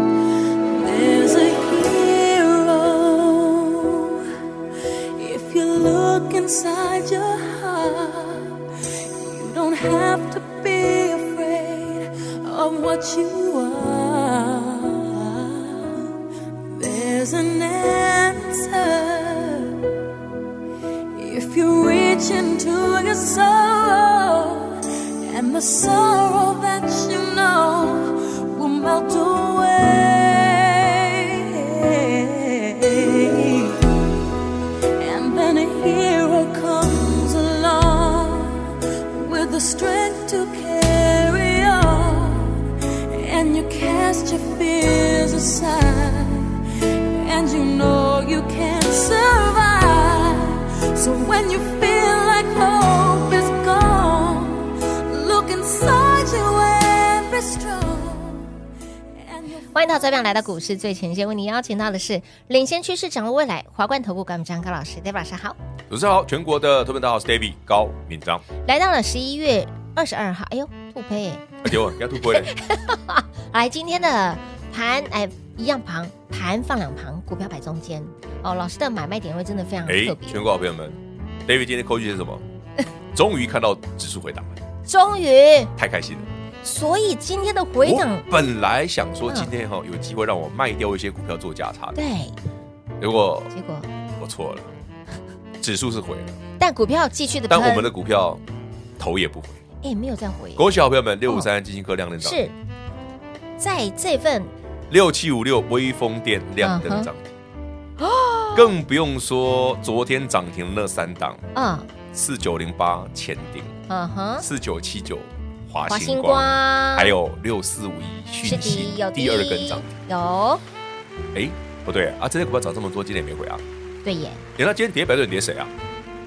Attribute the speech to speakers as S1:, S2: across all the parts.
S1: There's a hero. If you look inside your heart, you don't have to be afraid of what you are. There's an answer. If you reach into your soul, and the sorrow that you know will melt away. And then a hero comes along with the strength to carry on. And you cast your fears aside, and you know you can survive. So when you feel like hope is gone, look inside you and be strong. And you'll
S2: 欢迎到这边来到股市最前线，为你邀请到的是领先趋势、掌握未来华冠投顾管理张高老师，David 老师好。
S3: 主持人好，全国的投资大家好，我是 David 高敏章。
S2: 来到了十一月二十二号，哎呦，兔胚耶！
S3: 哎给我，给他突 破了。
S2: 来，今天的盘哎一样旁盘放两旁，股票摆中间哦。老师的买卖点位真的非常
S3: 哎
S2: 特，别，
S3: 全国好朋友们，David 今天扣讯是 什么？终于看到指数回档了，
S2: 终于，
S3: 太开心了。
S2: 所以今天的回档嗯
S3: 我本来想说今天哈、有机会让我卖掉一些股票做价差的，
S2: 对，
S3: 结果
S2: 结果
S3: 我错了，指数是回了，
S2: 但股票继续的
S3: 但
S2: 喷，
S3: 我们的股票头也不回。
S2: 哎没有再回，
S3: 恭喜好朋友们，六五三三基金科亮灯涨停，
S2: 哦是在这份
S3: 六七五六微风电亮灯涨停，
S2: 嗯
S3: 更不用说昨天涨停的那三档
S2: 嗯
S3: 四九零八前顶。
S2: 嗯哼，
S3: 四九七九华
S2: 华
S3: 星
S2: 星
S3: 光，
S2: 光
S3: 还有六四五一
S2: 是
S3: 讯
S2: 的
S3: 息
S2: 有
S3: 第
S2: 的
S3: 二根涨停。
S2: 有
S3: 哎，不对啊，这些股票涨这么多，今天也没回啊。
S2: 对耶，
S3: 等到今天跌一百多点，跌谁啊？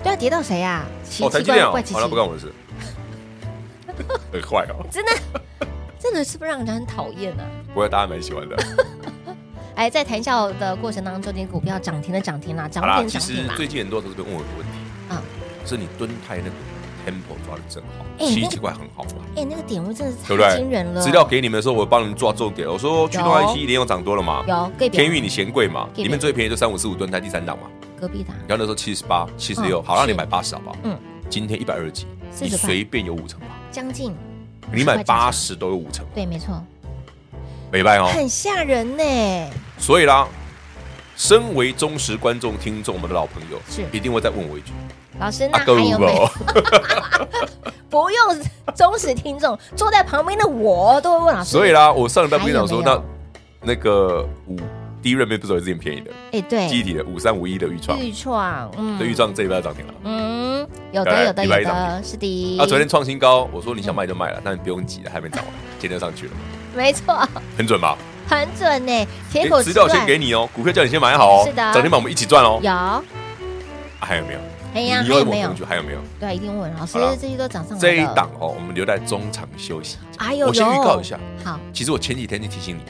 S2: 对啊，跌到谁啊？奇
S3: 哦，台
S2: 奇
S3: 积电
S2: 怪
S3: 啊，
S2: 怪奇
S3: 好了，不
S2: 奇
S3: 干我的事。很坏哦，
S2: 真的真的是不是让人家很讨厌啊？
S3: 不过大家蛮喜 欢的。
S2: 哎，在谈笑的过程当中，你股票涨停的涨停啦，涨
S3: 好啦，
S2: 点
S3: 其
S2: 涨
S3: 实
S2: 停啦，
S3: 最近很多投资朋友问我一个问题，
S2: 嗯，
S3: 是你蹲泰那个 tempo 抓的真好，
S2: 哎那个
S3: 奇奇怪很好嘛，
S2: 哎，那个点位真的
S3: 对
S2: 是
S3: 不
S2: 太惊人
S3: 对？
S2: 了。
S3: 资料给你们的时候，我帮你们抓重点。我说驱动
S2: 有
S3: IC 联用涨多了嘛，
S2: 有个别
S3: 天域你嫌贵嘛，
S2: 给
S3: 里面最便宜就三五四五蹲泰第三档嘛。
S2: 隔壁的啊，
S3: 然后那时候七十八、七十六，
S2: 嗯
S3: 好让你
S2: 是
S3: 买八十好不好？
S2: 嗯，
S3: 今天一百二十几，
S2: 40
S3: 你随便有五成吧，
S2: 将近
S3: 你
S2: 50
S3: 买
S2: 块
S3: 八
S2: 钱，
S3: 十都有五成，
S2: 对，没错，
S3: 哦没办哦。
S2: 很吓人呢。
S3: 所以啦，身为忠实观众、听众，我们的老朋友
S2: 是
S3: 一定会再问我一句：
S2: 老师，那
S3: 阿
S2: 还
S3: 哥
S2: 有啊
S3: 五
S2: 没有
S3: 哦？
S2: 不用忠实听众，坐在旁边的我都会问老师。
S3: 所以，啦，我上一代不是讲说，
S2: 还有没
S3: 那
S2: 有
S3: 那个五第一任面不是有一只很便宜的
S2: 哎，
S3: 记
S2: 对，
S3: 忆体的五三五一的预创，
S2: 预创，嗯，
S3: 对预，创这一波要涨停了。
S2: 嗯，有的，
S3: 对
S2: 有的，
S3: 礼
S2: 有
S3: 拜一涨
S2: 的，是的。
S3: 啊，昨天创新高，我说你想卖就卖了，但不用急了，还没涨完，今天就上去了，
S2: 没错，
S3: 很准吧？
S2: 很准呢，铁口
S3: 诶
S2: 直
S3: 资料
S2: 断。
S3: 先给你哦，股票叫你先买好哦，
S2: 是的
S3: 涨停板我们一起赚哦。
S2: 有，
S3: 啊还有没有？
S2: 哎呀，还
S3: 你
S2: 有
S3: 又问我
S2: 没有
S3: 同？学还有没有？
S2: 对，一定问老师
S3: 好啦，
S2: 这些都涨上来了
S3: 这一档，哦，我们留在中场休息。
S2: 哎呦，
S3: 我先
S2: 有
S3: 预告一下，
S2: 好，
S3: 其实我前几天就提醒你，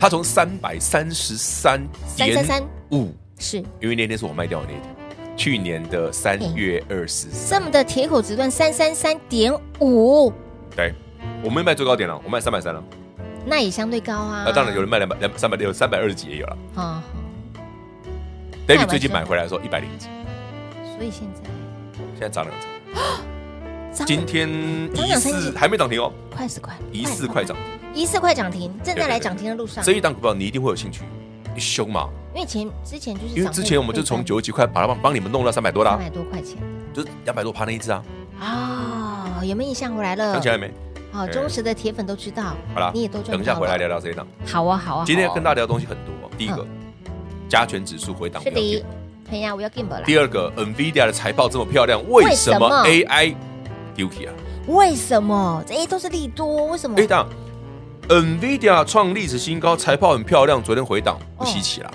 S3: 它从三百三十三
S2: 333
S3: 五，
S2: 是
S3: 因为那天是我卖掉的那一天，去年的三月二十
S2: 这
S3: 三，
S2: 么的铁口直断，三三三点五，
S3: 对，我没卖最高点了，我卖三百三了。
S2: 那也相对高啊。
S3: 那当然有人卖两百、两三百六、三百二十几也有了。
S2: 啊，卖完
S3: David 最近
S2: 之后
S3: 买回来的时候一百零几，
S2: 所以现在
S3: 现在涨两成。
S2: 涨
S3: 今天
S2: 涨
S3: 疑
S2: 两成
S3: 似还没涨停哦，
S2: 快十块，
S3: 疑似快涨。
S2: 疑似快涨停，正在来
S3: 对对对
S2: 涨停的路上。
S3: 这一档股票你一定会有兴趣，你凶嘛？
S2: 因为前之前就是
S3: 因为
S2: 涨
S3: 之
S2: 倍
S3: 前我们就从九十几块把它帮帮你们弄到三百多啦
S2: 三，百多块钱
S3: 就是两百多趴那一只啊，
S2: 嗯啊，有没有印象回来了
S3: 想起？来没？
S2: 好，
S3: 哎
S2: 忠实的铁粉都知道。
S3: 好啦，
S2: 你也都赚到了
S3: 等一下回来聊聊这一档。
S2: 好啊，好啊，
S3: 今天要跟大
S2: 家
S3: 家聊的东西很多哦，第一个加权指数回档
S2: 嗯是
S3: 不要
S2: 的
S3: 跌，，
S2: 哎呀，我要 game 了。
S3: 第二个 NVIDIA 的财报这么漂亮，为什么
S2: 为
S3: AI 丢弃啊？
S2: 为什么？哎，都是利多，为什么
S3: 哎，？当然 NVIDIA 创历史新高，财报很漂亮，昨天回档不稀奇啦。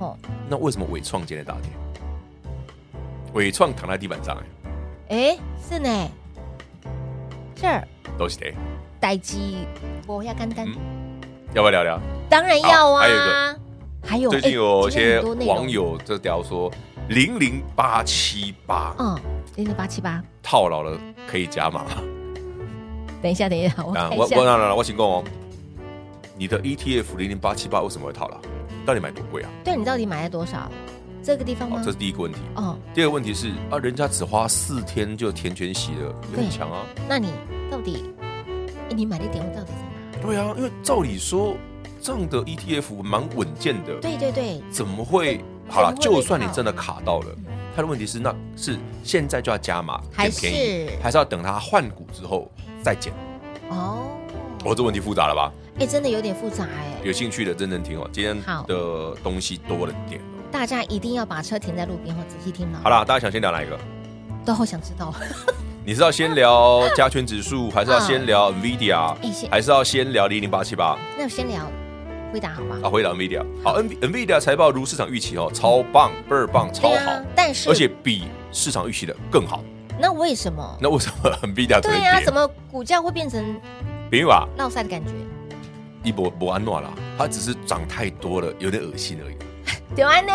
S2: 哦，
S3: 那为什么伟创今天大跌？伟创躺在地板上、欸，
S2: 哎，是呢，这儿
S3: 都是谁？
S2: 待机我要干单，
S3: 嗯要不要聊聊？
S2: 当然要
S3: 好还有一
S2: 啊
S3: 个。
S2: 还有
S3: 最近有
S2: 哎
S3: 一
S2: 今天
S3: 些
S2: 很多内容
S3: 网友在聊说，零零八七八
S2: 嗯，零零八七八，
S3: 套牢了可以加码吗？
S2: 等一下，等一下，我
S3: 啊，
S2: 看一
S3: 我我
S2: 下。
S3: 那那那我请讲哦，你的 E ETF 零零八七八为什么会套牢？到底买多贵啊？
S2: 对你到底买了多少？这个地方
S3: 好，
S2: 吗
S3: 这？是第一个问题。
S2: 哦，
S3: 第二个问题是啊，人家只花四天就填全息了，也
S2: 对
S3: 很强啊。
S2: 那你到底，哎，你买的点位到底在哪？
S3: 对啊，因为照理说这样的 ETF 蛮稳健的，
S2: 对对对，
S3: 怎么会？好了，就算你真的卡到了，它的问题是那是现在就要加码，
S2: 嗯还
S3: 捡便宜
S2: 是
S3: 还是要等它换股之后再减？
S2: 哦，
S3: 哦，这问题复杂了吧？
S2: 哎，真的有点复杂哎。
S3: 有兴趣的认真听哦，今天
S2: 好
S3: 的东西多了点哦。
S2: 大家一定要把车停在路边哦，仔细听了。
S3: 好，啦，大家想先聊哪一个？
S2: 都好想知道。
S3: 你是要先
S2: 嗯
S3: 聊加权指数，还是要先聊 NVIDIA，、
S2: 哎先
S3: 还是要先聊零零八七八？
S2: 那我先聊回答好吧？
S3: 啊，回答 NVIDIA。好，N NVIDIA 财报如市场预期哦，超棒，倍儿棒，超
S2: 对
S3: 好
S2: 啊，，但是
S3: 而且比市场预期的更好。
S2: 那为什么？
S3: 那为什么 NVIDIA 昨
S2: 对呀、
S3: 天
S2: 怎
S3: 跌？
S2: 么股价会变成
S3: 因为吧，
S2: 落赛的感觉？
S3: 一波波安诺啦，它只是涨太多了，有点恶心而已
S2: 对安呢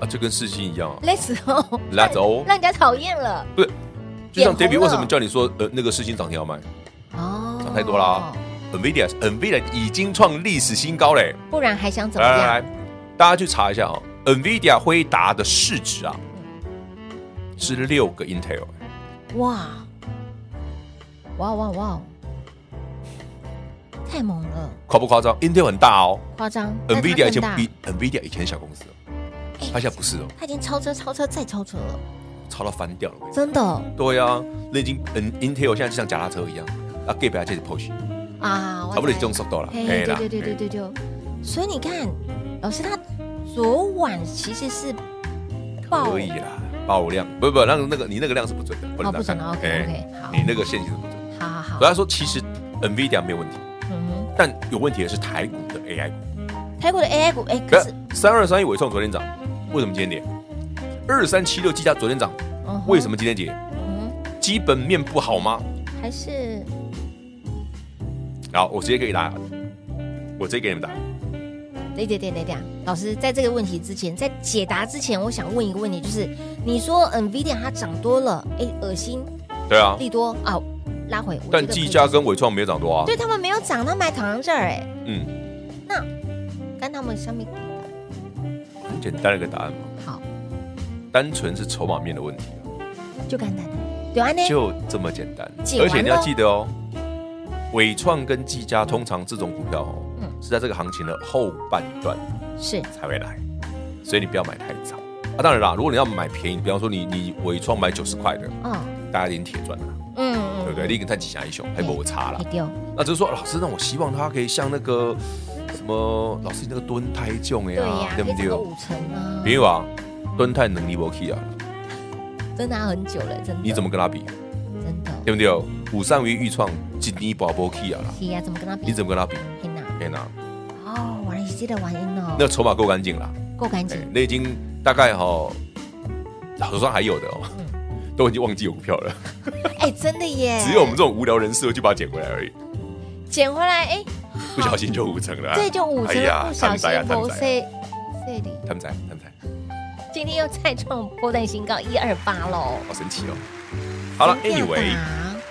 S3: 啊，就跟世新一样啊，
S2: 累死哦，
S3: 拉走
S2: 让人家讨厌了
S3: 不是。就像
S2: 眼红了
S3: David 为什么叫你说呃那个世新涨停要卖
S2: 哦，
S3: 涨太多了啊？NVIDIA NVIDIA 已经创历史新高嘞！
S2: 不然还想怎么
S3: 来来
S2: 样？
S3: 来，大家去查一下啊、哦、，NVIDIA 辉达的市值啊是六个 Intel，哎
S2: 哇，哇哇哇，太猛了，
S3: 夸不夸张？Intel 很大哦
S2: 夸张。但它
S3: ，NVIDIA 以
S2: 更大
S3: 前比 NVIDIA 以前小公司哦，
S2: 哎
S3: 它现在不是哦，
S2: 它已经超车、超车再超车了，
S3: 炒到翻掉了。我跟你
S2: 真的
S3: 讲对啊，那已经 N Intel 现在就像脚踏车一样，啊，gay 白这是 Porsche，
S2: 啊！我
S3: 差不多是
S2: 在
S3: 这种速度了，
S2: 嘿
S3: 嘿
S2: 对
S3: 啦哎
S2: 对对对对对，所以你看，老师他昨晚其实是爆
S3: 可以啦，爆量不不，那个那个你那个量是不准的，不
S2: 哦
S3: 能
S2: 不准
S3: 这
S2: 了
S3: 样看
S2: ，OK
S3: 哎
S2: OK，好
S3: 你那个线型是不准的。
S2: 好好好
S3: 所以，他说，其实 NVIDIA 没有问题，
S2: 嗯
S3: 但有问题的是台股的 AI 股。
S2: 哼，台股的 AI 股，哎，
S3: 可
S2: 可
S3: 是
S2: 是，
S3: 三二三一伟创昨天涨，为什么今天跌？二三七六技嘉昨天涨，
S2: 嗯哼
S3: 为什么今天跌？
S2: 嗯
S3: 基本面不好吗？
S2: 哼还是
S3: 好，我直接给你答案，我直接给你们答案。
S2: 对对对对对，老师在这个问题之前，在解答之前，我想问一个问题，就是你说呃 NVIDIA 它涨多了，哎，恶心，
S3: 对啊，
S2: 利多啊，拉回，我觉
S3: 但
S2: 得
S3: 技
S2: 可以
S3: 嘉跟伟创没有涨多啊。
S2: 对他们没有涨，他们还躺在这儿，哎，
S3: 嗯，
S2: 跟他们上面
S3: 很简单的一个答案嘛，
S2: 好，
S3: 单纯是筹码面的问题啊，
S2: 就干单，对啊呢，
S3: 就这么简单。
S2: 解完
S3: 而
S2: 了
S3: 且你要记得哦，伟创跟技嘉通常这种股票哦，
S2: 嗯
S3: 是在这个行情的后半段
S2: 是
S3: 才会来，所以你不要买太早。啊，当然啦，如果你要买便宜，比方说你你伟创买九十块的，
S2: 哦，
S3: 大家已经铁赚了啦，
S2: 嗯嗯，
S3: 对不对？你跟他几下一雄还摩擦啦
S2: 哎。丢，
S3: 那只是说老师，那我希望他可以像那个什么老师你那个蹲胎重
S2: 对
S3: 哎
S2: 呀
S3: 呀，，对
S2: 可
S3: 不
S2: 以涨
S3: 对
S2: 到？五成啊，
S3: 因为啊，蹲太能力不 key 啊，
S2: 真的很久了，真的。
S3: 你怎么跟他比？
S2: 真的？
S3: 对不对？五三为预创，一年宝波 key 啊啦，
S2: 是呀，怎么跟他比？
S3: 你怎么跟他比？
S2: 天哪！
S3: 天哪，
S2: 哦，玩了一记的玩音哦，
S3: 那筹码够干净啦，
S2: 够干
S3: 哎
S2: 净，
S3: 那已经大概哈，手上还有的哦，
S2: 嗯
S3: 都已经忘记有股票了，
S2: 哎，真的耶！
S3: 只有我们这种无聊人士会去把它捡回来而已，
S2: 哦捡回来，哎，
S3: 不小心就五成了啊。
S2: 这就五成
S3: 哎呀
S2: 不小心
S3: 他们在啊他
S2: 投
S3: 们在
S2: C C 里，
S3: 他们在，他们在，
S2: 今天又再创波段新高一二八喽。
S3: 好神奇哦。好了
S2: 一定要
S3: ，Anyway，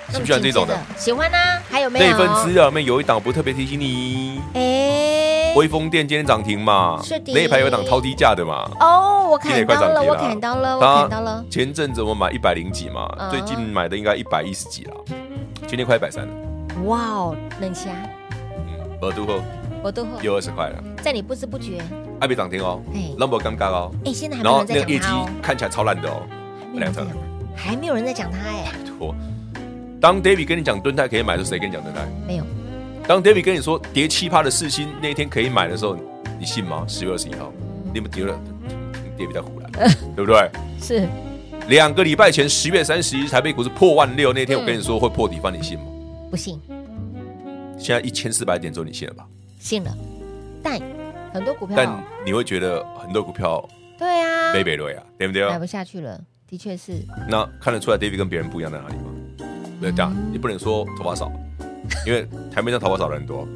S2: 打
S3: 喜不喜欢这种的？
S2: 那么紧接着喜欢啊？还有没有？
S3: 那份资料里面有一档不特别提醒你，
S2: 哎，
S3: 微风电今天涨停嘛，
S2: 是的
S3: 那一排有一档超低价的嘛。
S2: 哦，我
S3: 今天也
S2: 看
S3: 快
S2: 到
S3: 涨
S2: 了，
S3: 停
S2: 我看到了，我
S3: 它
S2: 看到了。
S3: 前阵子我买一百零几嘛，
S2: 嗯
S3: 最近买的应该一百一十几啦，今天快一百三了，
S2: 哇哦，冷虾，
S3: 嗯，额度后
S2: 我都会
S3: 又二十块了，
S2: 在你不知不觉，
S3: 还没涨停哦
S2: 哎，
S3: 那么尴尬哦。
S2: 哎，现在还没有
S3: 然后
S2: 人在
S3: 那
S2: 讲
S3: 个业绩
S2: 它哦，
S3: 看起来超烂的哦，
S2: 没有人在讲它还没有人在讲它哎，
S3: 托。当 David 跟你讲蹲泰可以买的时候，谁跟你讲蹲泰？
S2: 没有。
S3: 当 David 跟你说跌七趴的四星那一天可以买的时候，你信吗？十月二十一号，你们丢了，David 在胡乱，对不对？
S2: 是
S3: 两个礼拜前，
S2: 嗯
S3: 十月三十一，台北股是破万六，那天我跟你说会破底翻，你信吗？
S2: 不信，
S3: 现在一千四百点之后你信了吧？
S2: 信了，但很多股票
S3: 但你会觉得很多股票
S2: 对啊，
S3: 北北瑞啊，对不对？
S2: 哎买不下去了，的确是
S3: 那看得出来 David 跟别人不一样在哪里吗？对，这样你不能说头发少，因为台面上头发少的人多，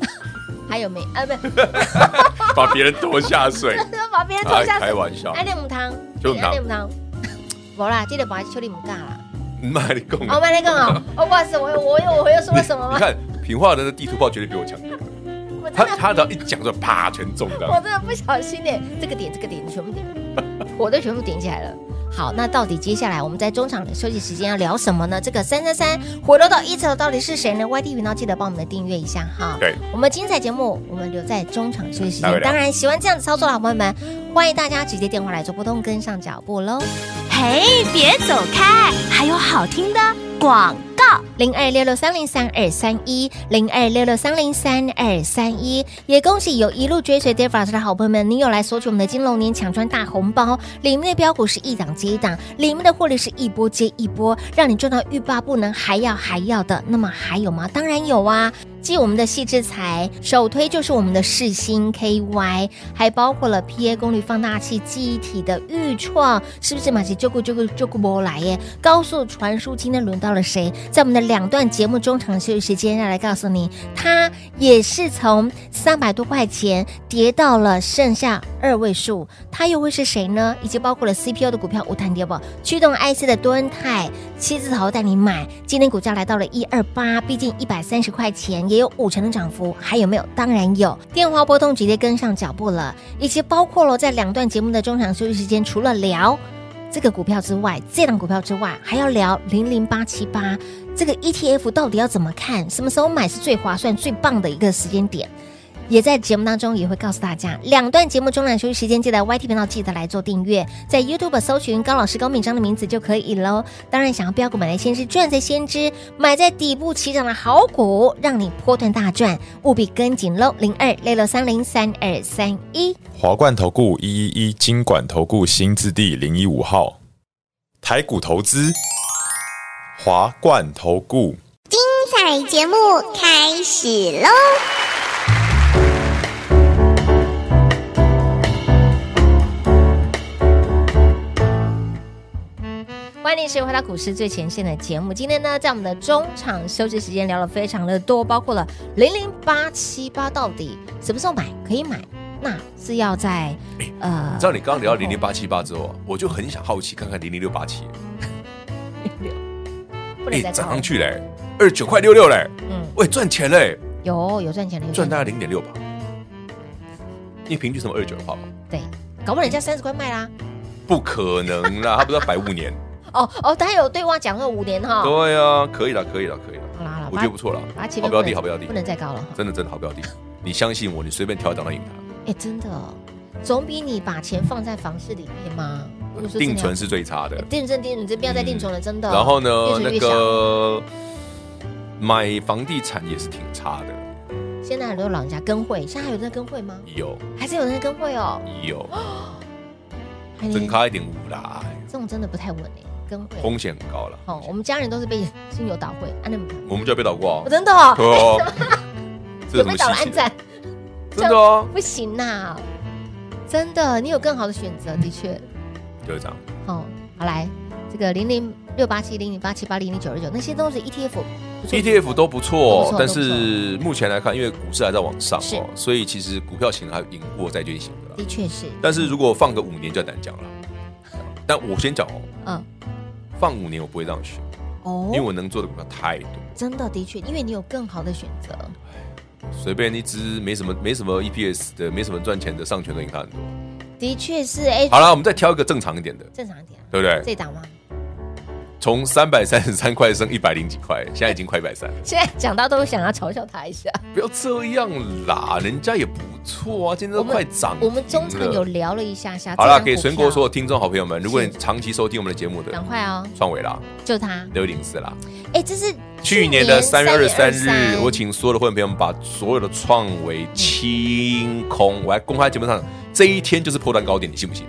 S2: 还有没 啊？不，
S3: 把别人拖下水。
S2: 把别人 拖
S3: 哎
S2: 下
S3: 开
S2: 水。
S3: 玩笑，
S2: 爱念母汤，
S3: 就唔通
S2: 爱念母汤。无啦，这个本来就你唔干啦。
S3: 卖力供。
S2: 哦，麦来讲哦，哦，哇塞，我我又我又说了什么
S3: 嗯你
S2: 吗？
S3: 看平化的那地图炮绝对比 我强，
S2: 我
S3: 他
S2: 真的
S3: 他只要一讲出来，啪，全中的。
S2: 我真的不小心呢，这个点这个点全部点， 我都全部点起来了。好，那到底接下来我们在中场休息时间要聊什么呢？这个三三三回落到一层楼到底是谁呢？YT 频道记得帮我们的订阅一下哈。
S3: 对，
S2: 我们精彩节目我们留在中场休息时
S3: 待会
S2: 间。
S3: 聊
S2: 当然，喜欢这样子操作的好朋友们，欢迎大家直接电话来做波动，跟上脚步喽。
S4: 嘿，别走开，还有好听的广告。
S2: 零二六六三零三二三一，零二六六三零三二三一。也恭喜有一路追随 Dave 老师的好朋友们，你有来索取我们的金龙年抢赚大红包，里面的标股是一档接一档，里面的获利是一波接一波，让你赚到欲罢不能，还要还要的。那么还有吗？当然有啊。继我们的细制材首推就是我们的世星 KY，还包括了 PA 功率放大器、记忆体的预创，是不是马奇就顾就顾就顾不来耶？高速传输今天轮到了谁？在我们的两段节目中场休息时间，要来告诉你，它也是从三百多块钱跌到了剩下二位数，它又会是谁呢？以及包括了 CPU 的股票无谈跌不，驱动 IC 的敦泰七字头带你买，今天股价来到了一二八，毕竟一百三十块钱也有五成的涨幅，还有没有？当然有，电话拨通直接跟上脚步了，以及包括了在两段节目的中场休息时间，除了聊。这个股票之外，这档股票之外，还要聊零零八七八这个 ETF 到底要怎么看，什么时候买是最划算、最棒的一个时间点。也在节目当中也会告诉大家，两段节目中场休息时间，记得 YT 频道记得来做订阅，在 YouTube 搜寻高老师高敏章的名字就可以哦喽。当然，想要标股买来先知，赚在先知，买在底部起涨的好股，让你波段大赚，务必跟紧喽！零二六六三零三二三一。
S5: 华冠投顾一一一金管投顾新字第零一五号，台股投资，华冠投顾。
S6: 彩节目开始喽！
S2: 欢迎收回到股市最前线的节目。今天呢，在我们的中场休息时间聊了非常的多，包括了零零八七八到底什么时候买可以买，那是要在呃，
S3: 你知道你刚刚聊到零零八七八之后啊，我就很想好奇看看零零六八七，
S2: 不能
S3: 哎，
S2: 再
S3: 涨
S2: 高
S3: 上去嘞，二九块六六嘞，
S2: 嗯，
S3: 喂，赚钱嘞，
S2: 有有赚钱的，有
S3: 赚大
S2: 钱
S3: 概零点六吧，你平均什么二九的话吧，
S2: 的对，搞不好人家三十块卖啦。
S3: 不可能啦，他不是要摆五 年？
S2: 哦哦，他有对话讲了五年哈。
S3: 对啊，可以了，可以了，可以了，
S2: 好啦好啦，
S3: 我觉得不错了
S2: 把，前
S3: 好
S2: 面不
S3: 标的，
S2: 能
S3: 好标的
S2: 不，能再高了哈。
S3: 真的真的好标的，你相信我，你随便挑一档来赢它，
S2: 哎，真的哦，总比你把钱放在房市里面吗？如果说真的
S3: 呃定存是最差的
S2: 哎。定存定，你这不要再定存了，真的。哦
S3: 然后呢
S2: 越，存
S3: 那
S2: 越小
S3: 个买房地产也是挺差的，
S2: 现在很多老人家跟会，现在还有人在跟会吗？
S3: 有
S2: 还是有人在跟会哦？
S3: 有，
S2: 哎
S3: 增开一点五啦，哎
S2: 这种真的不太稳哎，跟会。
S3: 风险很高了。
S2: 哦，我们家人都是被 金牛倒会，啊安那么谈，
S3: 我们就要被倒过
S2: 我
S3: 啊，
S2: 真的 哦，
S3: 对哦，这
S2: 有
S3: 是什
S2: 被
S3: 么
S2: 倒了
S3: 稀奇
S2: 安赞
S3: 的？，真的哦，
S2: 不行呐，真的，你有更好的选
S3: 嗯
S2: 择，的确。
S3: 就是这样。
S2: 哦，好来，这个零零六八七零零八七八零零九二九那些都是 ETF 不错
S3: ETF E 都不
S2: 都不
S3: 错
S2: 错，
S3: 但是目前来看，因为股市还在往上
S2: 是
S3: 哦，所以其实股票型还赢过债券型的
S2: 的
S3: 啦。
S2: 确是，
S3: 但是如果放个五年就难讲了。但我先讲哦，
S2: 嗯
S3: 放五年我不会让你选，因为
S2: 哦，
S3: 我能做的股票太多。
S2: 真的的确，因为你有更好的选择，
S3: 随便一只没什么没什么 EPS 的，没什么赚钱的，上权都赢他很多。
S2: 的确是哎，
S3: 好了，我们再挑一个正常一点的，
S2: 正常一点啊，
S3: 对不对？
S2: 这档吗？
S3: 从三百三十三块升一百零几块，现在已经快一百三了，
S2: 现在讲到都想要嘲笑他一下。
S3: 不要这样啦，人家也不错啊，今天都快涨停了
S2: 我们中场有聊了一下下，
S3: 好了，
S2: 这档股
S3: 给全国
S2: 票
S3: 所有听众好朋友们，如果你
S2: 是
S3: 长期收听我们的节目的
S2: 赶，快哦，
S3: 创伟啦，
S2: 就他，
S3: 六零四啦，
S2: 哎，这是
S3: 嗯去年的三月二十三日，
S2: 3
S3: 我请所有的会员朋友们把所有的创伟清空，我还公开节目上，这一天就是破断高点，你信不信？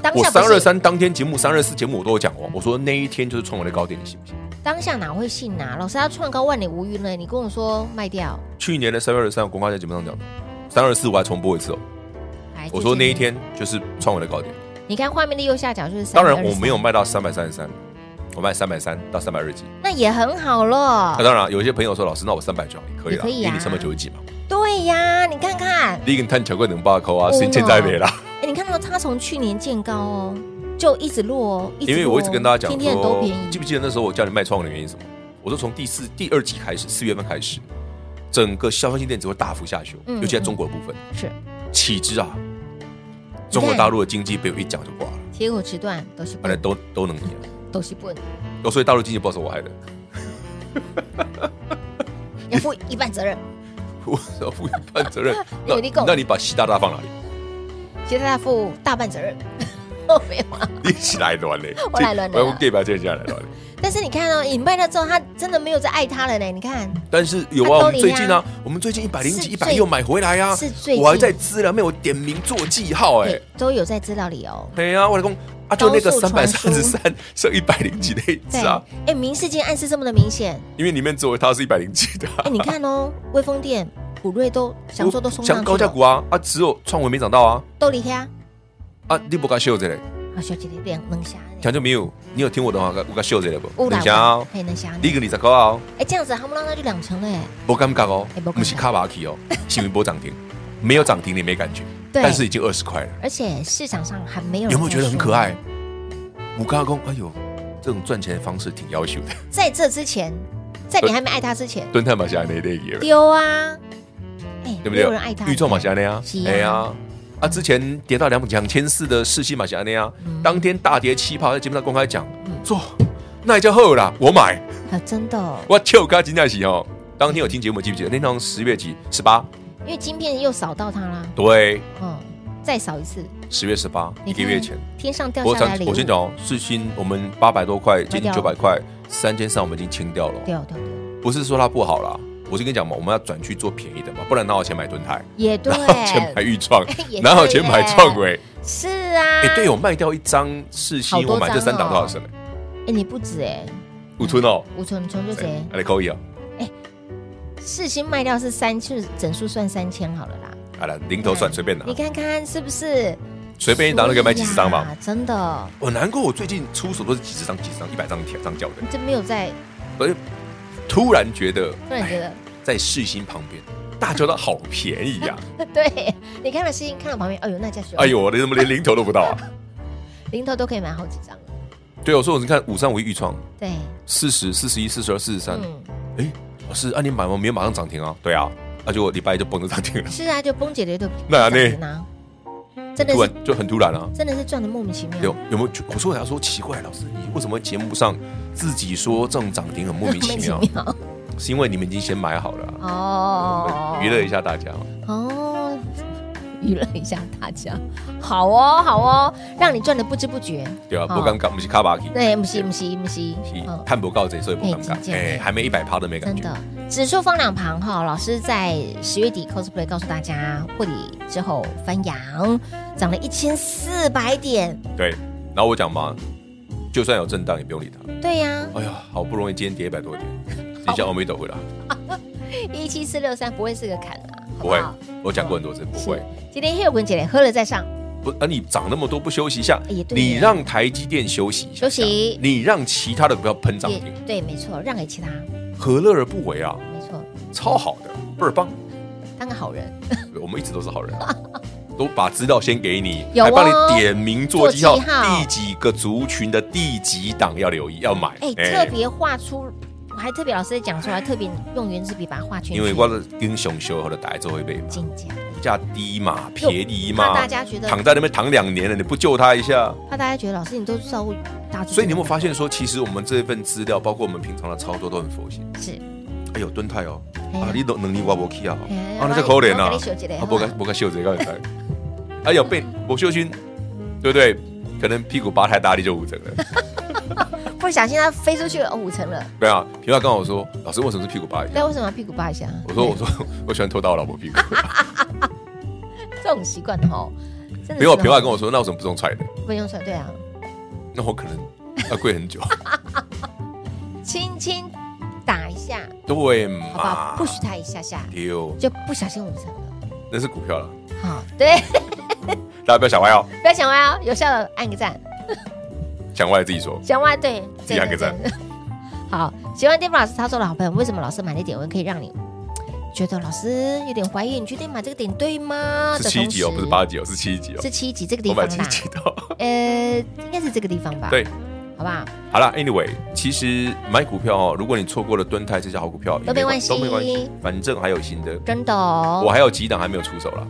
S2: 当
S3: 我
S2: 下
S3: 三
S2: 不
S3: 二
S2: 是
S3: 三当天节目、三二四节目我都有讲哦，我说那一天就是创维的高点，你信不信？
S2: 当下哪会信呐、老师他创高万里无云了，你跟我说卖掉，
S3: 去年的三月二十三，我公开在节目上讲的，三二四我还重播一次哦。
S2: 来
S3: 我说那一，
S2: 这
S3: 天就是创维的高点，
S2: 间你看画面的右下角就是323，
S3: 当然我没有卖到三百三十三，我卖三百三到三百二十几。
S2: 那也很好了
S3: 那、。当然，有些朋友说老师，那我三百就好，也可以
S2: 也
S3: 啦，
S2: 可以啊
S3: 因为你三百九十几嘛。
S2: 对呀，你看看，
S3: 你跟探巧克能八扣啊，
S2: 哦
S3: 现现在没啦。
S2: 哎，你看到它从去年见高哦，就一直落哦，直
S3: 因为我一直
S2: 落哦
S3: 跟大家讲
S2: 天天都
S3: 说
S2: 便宜，
S3: 记不记得那时候我叫你卖创维的原因是什么？我说从第四第二季开始，四月份开始，整个消费性电子会大幅下修，
S2: 嗯
S3: 尤其在中国的部分，
S2: 是
S3: 岂知啊，中国大陆的经济被我一讲就挂了，
S2: 铁口直断，都是
S3: 反正
S2: 笨，
S3: 都都能赢了。
S2: 都是笨，
S3: 哦，所以大陆经济不好是我害的，
S2: 要负一半责任。。
S3: 我要负一半责任 那
S2: 有你讲
S3: 那你把习大大放哪里？
S2: 其实他负大半责任， 我没有啊。，
S3: 你起来乱嘞
S2: 我来啊乱的
S3: 我用 gay 把这下来 乱嘞。
S2: 但是你看哦，你卖掉之后，他真的没有再爱他了呢。你看，
S3: 但是有
S2: 他
S3: 啊，
S2: 都
S3: 我
S2: 领
S3: 们最近
S2: 啊
S3: 啊，我们最近一百零
S2: 是
S3: 几、一百
S2: 最
S3: 又买回来呀、
S2: 是最近
S3: 我还在资料没有点名做记号哎、
S2: 对，都有在知道理由。
S3: 对呀、啊，我老公啊，就那
S2: 高
S3: 个
S2: 速
S3: 三百
S2: 传
S3: 三十三 剩一百零几那一
S2: 对
S3: 只啊，，
S2: 哎，明示间暗示这么的明显，
S3: 因为里面只有它是一百零几的、啊
S2: 哎，。你看哦，微风电、普瑞都想说都冲上去
S3: 像高价
S2: 了，
S3: 股啊啊，只有创维没涨到啊
S2: 都离开啊，
S3: 啊，你不该秀这嘞，
S2: 啊，小姐姐两能下呢，
S3: 强就没有，你有听我的话，我该秀这嘞不？
S2: 有啦
S3: 等一下哦，
S2: 嘿能下呢
S3: 你个你十块哦，
S2: 哎，这样子夯不啷当就两成了哎，
S3: 不尴尬哦
S2: 哎没感，觉
S3: 不是卡巴奇哦， 新云波涨停，没有涨停你没感觉，
S2: 对
S3: 但是已经二十块了。
S2: 而且市场上还没有人
S3: 有没有觉得很可爱
S2: 在说？
S3: 我刚刚哎呦，这种赚钱的方式挺要求的。
S2: 在这之前，
S3: 呃
S2: 在你还没爱他之前，
S3: 蹲泰马侠那一类也，
S2: 丢啊，哎，
S3: 对不
S2: 没有人爱他，
S3: 对？预创马侠那样
S2: 是啊，
S3: 哎呀，啊，之前跌到两两千四的世纪马侠那样，啊
S2: 嗯
S3: 当天大跌七趴，在节目上公开讲，说那也叫后啦，我买，
S2: 啊，真的哦，
S3: 我就该金在喜哦。当天有听节目记不记得？那趟十月几十八，
S2: 因为晶片又扫到他啦，
S3: 对，
S2: 嗯，再扫一次，
S3: 十月十八，一
S2: 你
S3: 个
S2: 看
S3: 月前。
S2: 天上掉
S3: 我
S2: 下来
S3: 讲
S2: 礼，物，
S3: 我先讲哦，世新我们八百多块，接近
S2: 卖
S3: 九
S2: 掉了
S3: 百块，三千三我们已经清掉了哦。
S2: 掉掉掉，
S3: 不是说它不好啦，我是跟你讲嘛，我们要转去做便宜的嘛，不然哪有钱买盾泰，
S2: 也对
S3: 哪，有钱买豫创
S2: 也对，啊
S3: 哪有钱买创维？
S2: 是啊，
S3: 哎，对，我卖掉一张世
S2: 好
S3: 新，
S2: 多哦
S3: 我买这三档多少升？
S2: 哎，你不止哎，
S3: 五寸哦，
S2: 吴纯纯就谁，
S3: 哎，可以啊，
S2: 世新卖掉是三千，整数算三千好了啦，
S3: 好了，零头算随便拿
S2: 嗯你，看看是不是？
S3: 随便一档都可以卖几十张
S2: 所以
S3: 嘛。
S2: 呀，真的，哦
S3: 我难过，我最近出手都是几十张、几十张、一百张铁上交的，
S2: 你真没有在，
S3: 所以突然觉得，
S2: 嗯突然觉
S3: 哎
S2: 得。嗯
S3: 在世新旁边，大家都好便宜 呀！
S2: 对你看了事情，看到旁边，哎呦，那家熊，
S3: 哎，呦，你怎么连零头都不到啊？
S2: 零头都可以买好几张了。
S3: 嗯对，哦我说我是看五三五一预创，
S2: 对，
S3: 四十、四十一、四十二、四十三，
S2: 嗯，
S3: 哎，老师，啊，你买完没有马上涨停啊？对啊，啊，结果礼拜一就蹦着涨停了，
S2: 是啊，就崩姐的对
S3: 那
S2: 不呢？真的
S3: 突
S2: 是
S3: 然就很突然啊。
S2: 真的是赚的莫名其妙。
S3: 有有没有？我说我要说奇怪，老师，你为什么节目上自己说这种涨停很 莫名其妙？
S2: 妙
S3: 是因为你们已经先买好了啊、
S2: 哦，
S3: 嗯娱乐一下大家嘛。
S2: 哦，娱乐一下大家。好哦，好哦，让你赚的不知不觉。
S3: 对啊，
S2: 哦
S3: 不尴尬，不是卡巴奇，
S2: 对，不是不是不是，
S3: 是
S2: 嗯，
S3: 看不告贼，所以不尴
S2: 嘿真
S3: 尬。
S2: 的
S3: 哎，还没一百趴都没感
S2: 真
S3: 觉。
S2: 的。指数放两旁哈，老师在十月底 cosplay 告诉大家，获利之后翻阳，涨了一千四百点。
S3: 对，然后我讲嘛，就算有震荡也不用理它。
S2: 对呀、
S3: 哎呀，好不容易今天跌一百多点，你想我们一回来，
S2: 一七四六三不会是个坎啦，好
S3: 不会
S2: 好？，
S3: 我讲过很多次，不会
S2: 是。今天 Hill 滚姐喝了再上，
S3: 不，啊，你涨那么多不休息一下
S2: 哎也，对耶
S3: 你让台积电休息一下，
S2: 休息
S3: 你让其他的股票喷涨
S2: 也
S3: 停，
S2: 对，没错，让给其他，
S3: 何乐而不为啊？
S2: 没错，
S3: 超好的，倍儿棒！
S2: 当个好人，
S3: 我们一直都是好 人啊，都把资料先给你，
S2: 有哦
S3: 还帮你点名做记号
S2: 做记号，
S3: 第几个族群的第几档要留意要买。
S2: 哎，特别画出，我还特别老师讲出来，特别用圆珠笔把它画圈圈，
S3: 因为我的英雄修后的大家都会被嘛，
S2: 进价，
S3: 股价低嘛，便宜
S2: 怕
S3: 嘛，
S2: 大家嗯觉得
S3: 躺在那边躺两年了，你不救他一下？
S2: 怕大家觉得老师你都照顾大众，
S3: 所以你有没有发现说，其实我们这份资料，包括我们平常的操作都很佛系。
S2: 是
S3: 哎呦，蹲泰哦，
S2: 哎呀
S3: 啊，你能能力我无去啊
S2: 哎呀，
S3: 啊，那这可怜
S2: 我
S3: 啊
S2: 给你秀一个，
S3: 啊，不该不该秀这个才，哎呦，被我秀君，对不对？可能屁股拔太大力就五成了，
S2: 不小心它飞出去了哦五层了，
S3: 对啊。平话跟我说，老师为什么是屁股拔一下
S2: 但？为什么要屁股扒一下？哎
S3: 我说我说我喜欢偷到我老婆屁股，
S2: 这种习惯的哦，真的
S3: 没有
S2: 是
S3: 朋友还
S2: 哦
S3: 跟我说，那为什么不用踹的？
S2: 不用说，对啊，
S3: 那我可能要跪很久。
S2: 轻轻打一下，
S3: 对
S2: 好不好？
S3: 嘛？
S2: 不许他一下下，
S3: 丢，
S2: 就不小心五成了。
S3: 那是股票了，
S2: 好，对，
S3: 大家不要想歪哦，
S2: 不要想歪哦，有效的按个赞，
S3: 想歪自己说。
S2: 想歪对，
S3: 自己按个赞
S2: 真的。 真的好，喜欢 Dave 老师操作的好朋友，为什么老师买的点位可以让你觉得老师有点怀疑，你确定买这个点对吗？
S3: 是
S2: 的
S3: 七
S2: 同
S3: 级哦，
S2: 时
S3: 不是八，级哦，是七级哦
S2: 是。七级这个地
S3: 我买
S2: 方
S3: 七
S2: 啦，
S3: 级的哦。
S2: 呃，应该是这个地方吧？
S3: 对，
S2: 好不好？
S3: 好了，Anyway，其实买股票哦，如果你错过了蹲泰这些好股票，
S2: 都没关系
S3: 都没关系，反正还有新的。
S2: 真的哦。
S3: 我还有几档还没有出手了，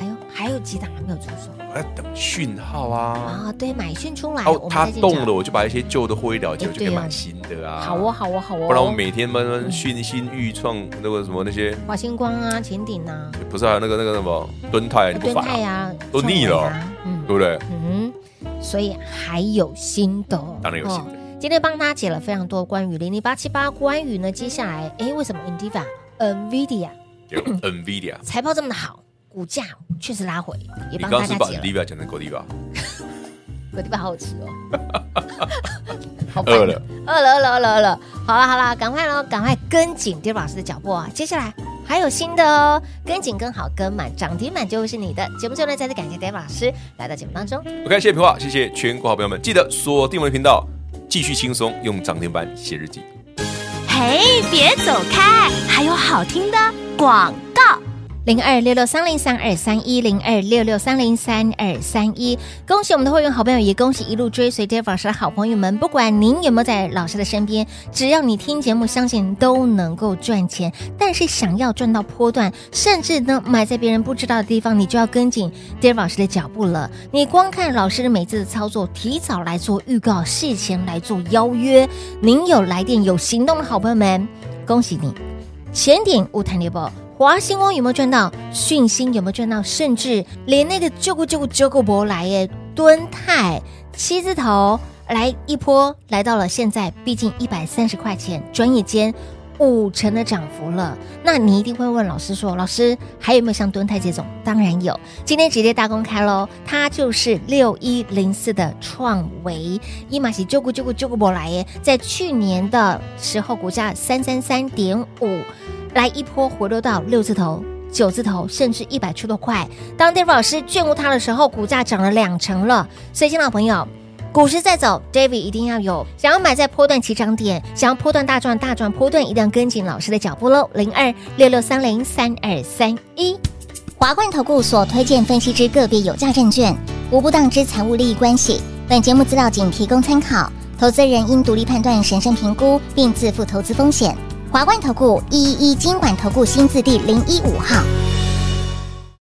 S2: 哎呦，还有几档还没有出手
S3: 我在等讯号啊。
S2: 啊？对，买讯出来，我
S3: 哦，
S2: 们
S3: 它
S2: 再进场
S3: 动了，。我就把一些旧的获利了结，
S2: 哎
S3: 我就可以
S2: 对哦
S3: 买新的啊。
S2: 好哦，，好哦，好哦。
S3: 不然我每天慢慢讯新预创那个什么那些，
S2: 华星光啊，前顶啊，
S3: 不是还有那个那个什么蹲泰你不
S2: 敦
S3: 烦
S2: 泰
S3: 啊，
S2: 啊，
S3: 都腻了
S2: 创维啊
S3: 对
S2: 嗯
S3: 不对？
S2: 嗯，所以还有新的哦，
S3: 当然有新的
S2: 哦。今天帮大家解了非常多关于零零八七八，关于呢接下来，哎，为什么 Indiva、NVIDIA
S3: 有 NVIDIA，
S2: 财报这么的好，股价确实拉回，也
S3: 你
S2: 帮
S3: 刚
S2: 大
S3: 刚是
S2: 家
S3: 把
S2: 解了。
S3: NVIDIA 讲成 Godiva，
S2: 我地方好好吃哦，好烦哦
S3: 饿了，
S2: 饿了，饿了，饿了，饿了。好了，好了，赶快喽，赶快跟紧 d 老师的脚步啊！接下来还有新的哦，跟紧、跟好、跟满，涨停板就会是你的。节目最后呢，再次感谢 d 老师来到节目当中。
S3: OK，谢谢平话，谢谢全国好朋友们，记得锁定我们的频道，继续轻松用涨停板写日记。
S4: 嘿，别走开，还有好听的广告。
S2: 零二六六三零三二三一零二六六三零三二三一。恭喜我们的会员好朋友，也恭喜一路追随 Dave 老师的好朋友们。不管您有没有在老师的身边，只要你听节目，相信都能够赚钱。但是想要赚到波段，甚至呢买在别人不知道的地方，你就要跟紧 Dave 老师的脚步了。你光看老师的每次的操作，提早来做预告，事前来做邀约。您有来电有行动的好朋友们，恭喜你！前顶无谈猎豹，华星光有没有赚到？讯星有没有赚到？甚至连那个救顾救顾救顾博来耶，敦泰七字头来一波，来到了现在，毕竟一百三十块钱，转眼间。五成的涨幅了，那你一定会问老师说：“老师还有没有像敦泰这种？”当然有，今天直接大公开喽，它就是六一零四的创维，伊玛喜救顾救顾救顾博来耶，在去年的时候股价三三三点五，来一波回落到六字头。九字头甚至一百出头块，当 David 老师眷顾他的时候，股价涨了两成了。所以，新老朋友，股市在走，David 一定要有想要买在波段起涨点，想要波段大赚大赚波段，一定要跟紧老师的脚步喽。零二六六三零三二三一。
S6: 华冠投顾所推荐分析之个别有价证券，无不当之财务利益关系。本节目资料仅提供参考，投资人应独立判断、审慎评估，并自负投资风险。华冠投顾一一一金管投顾新字第零一五号。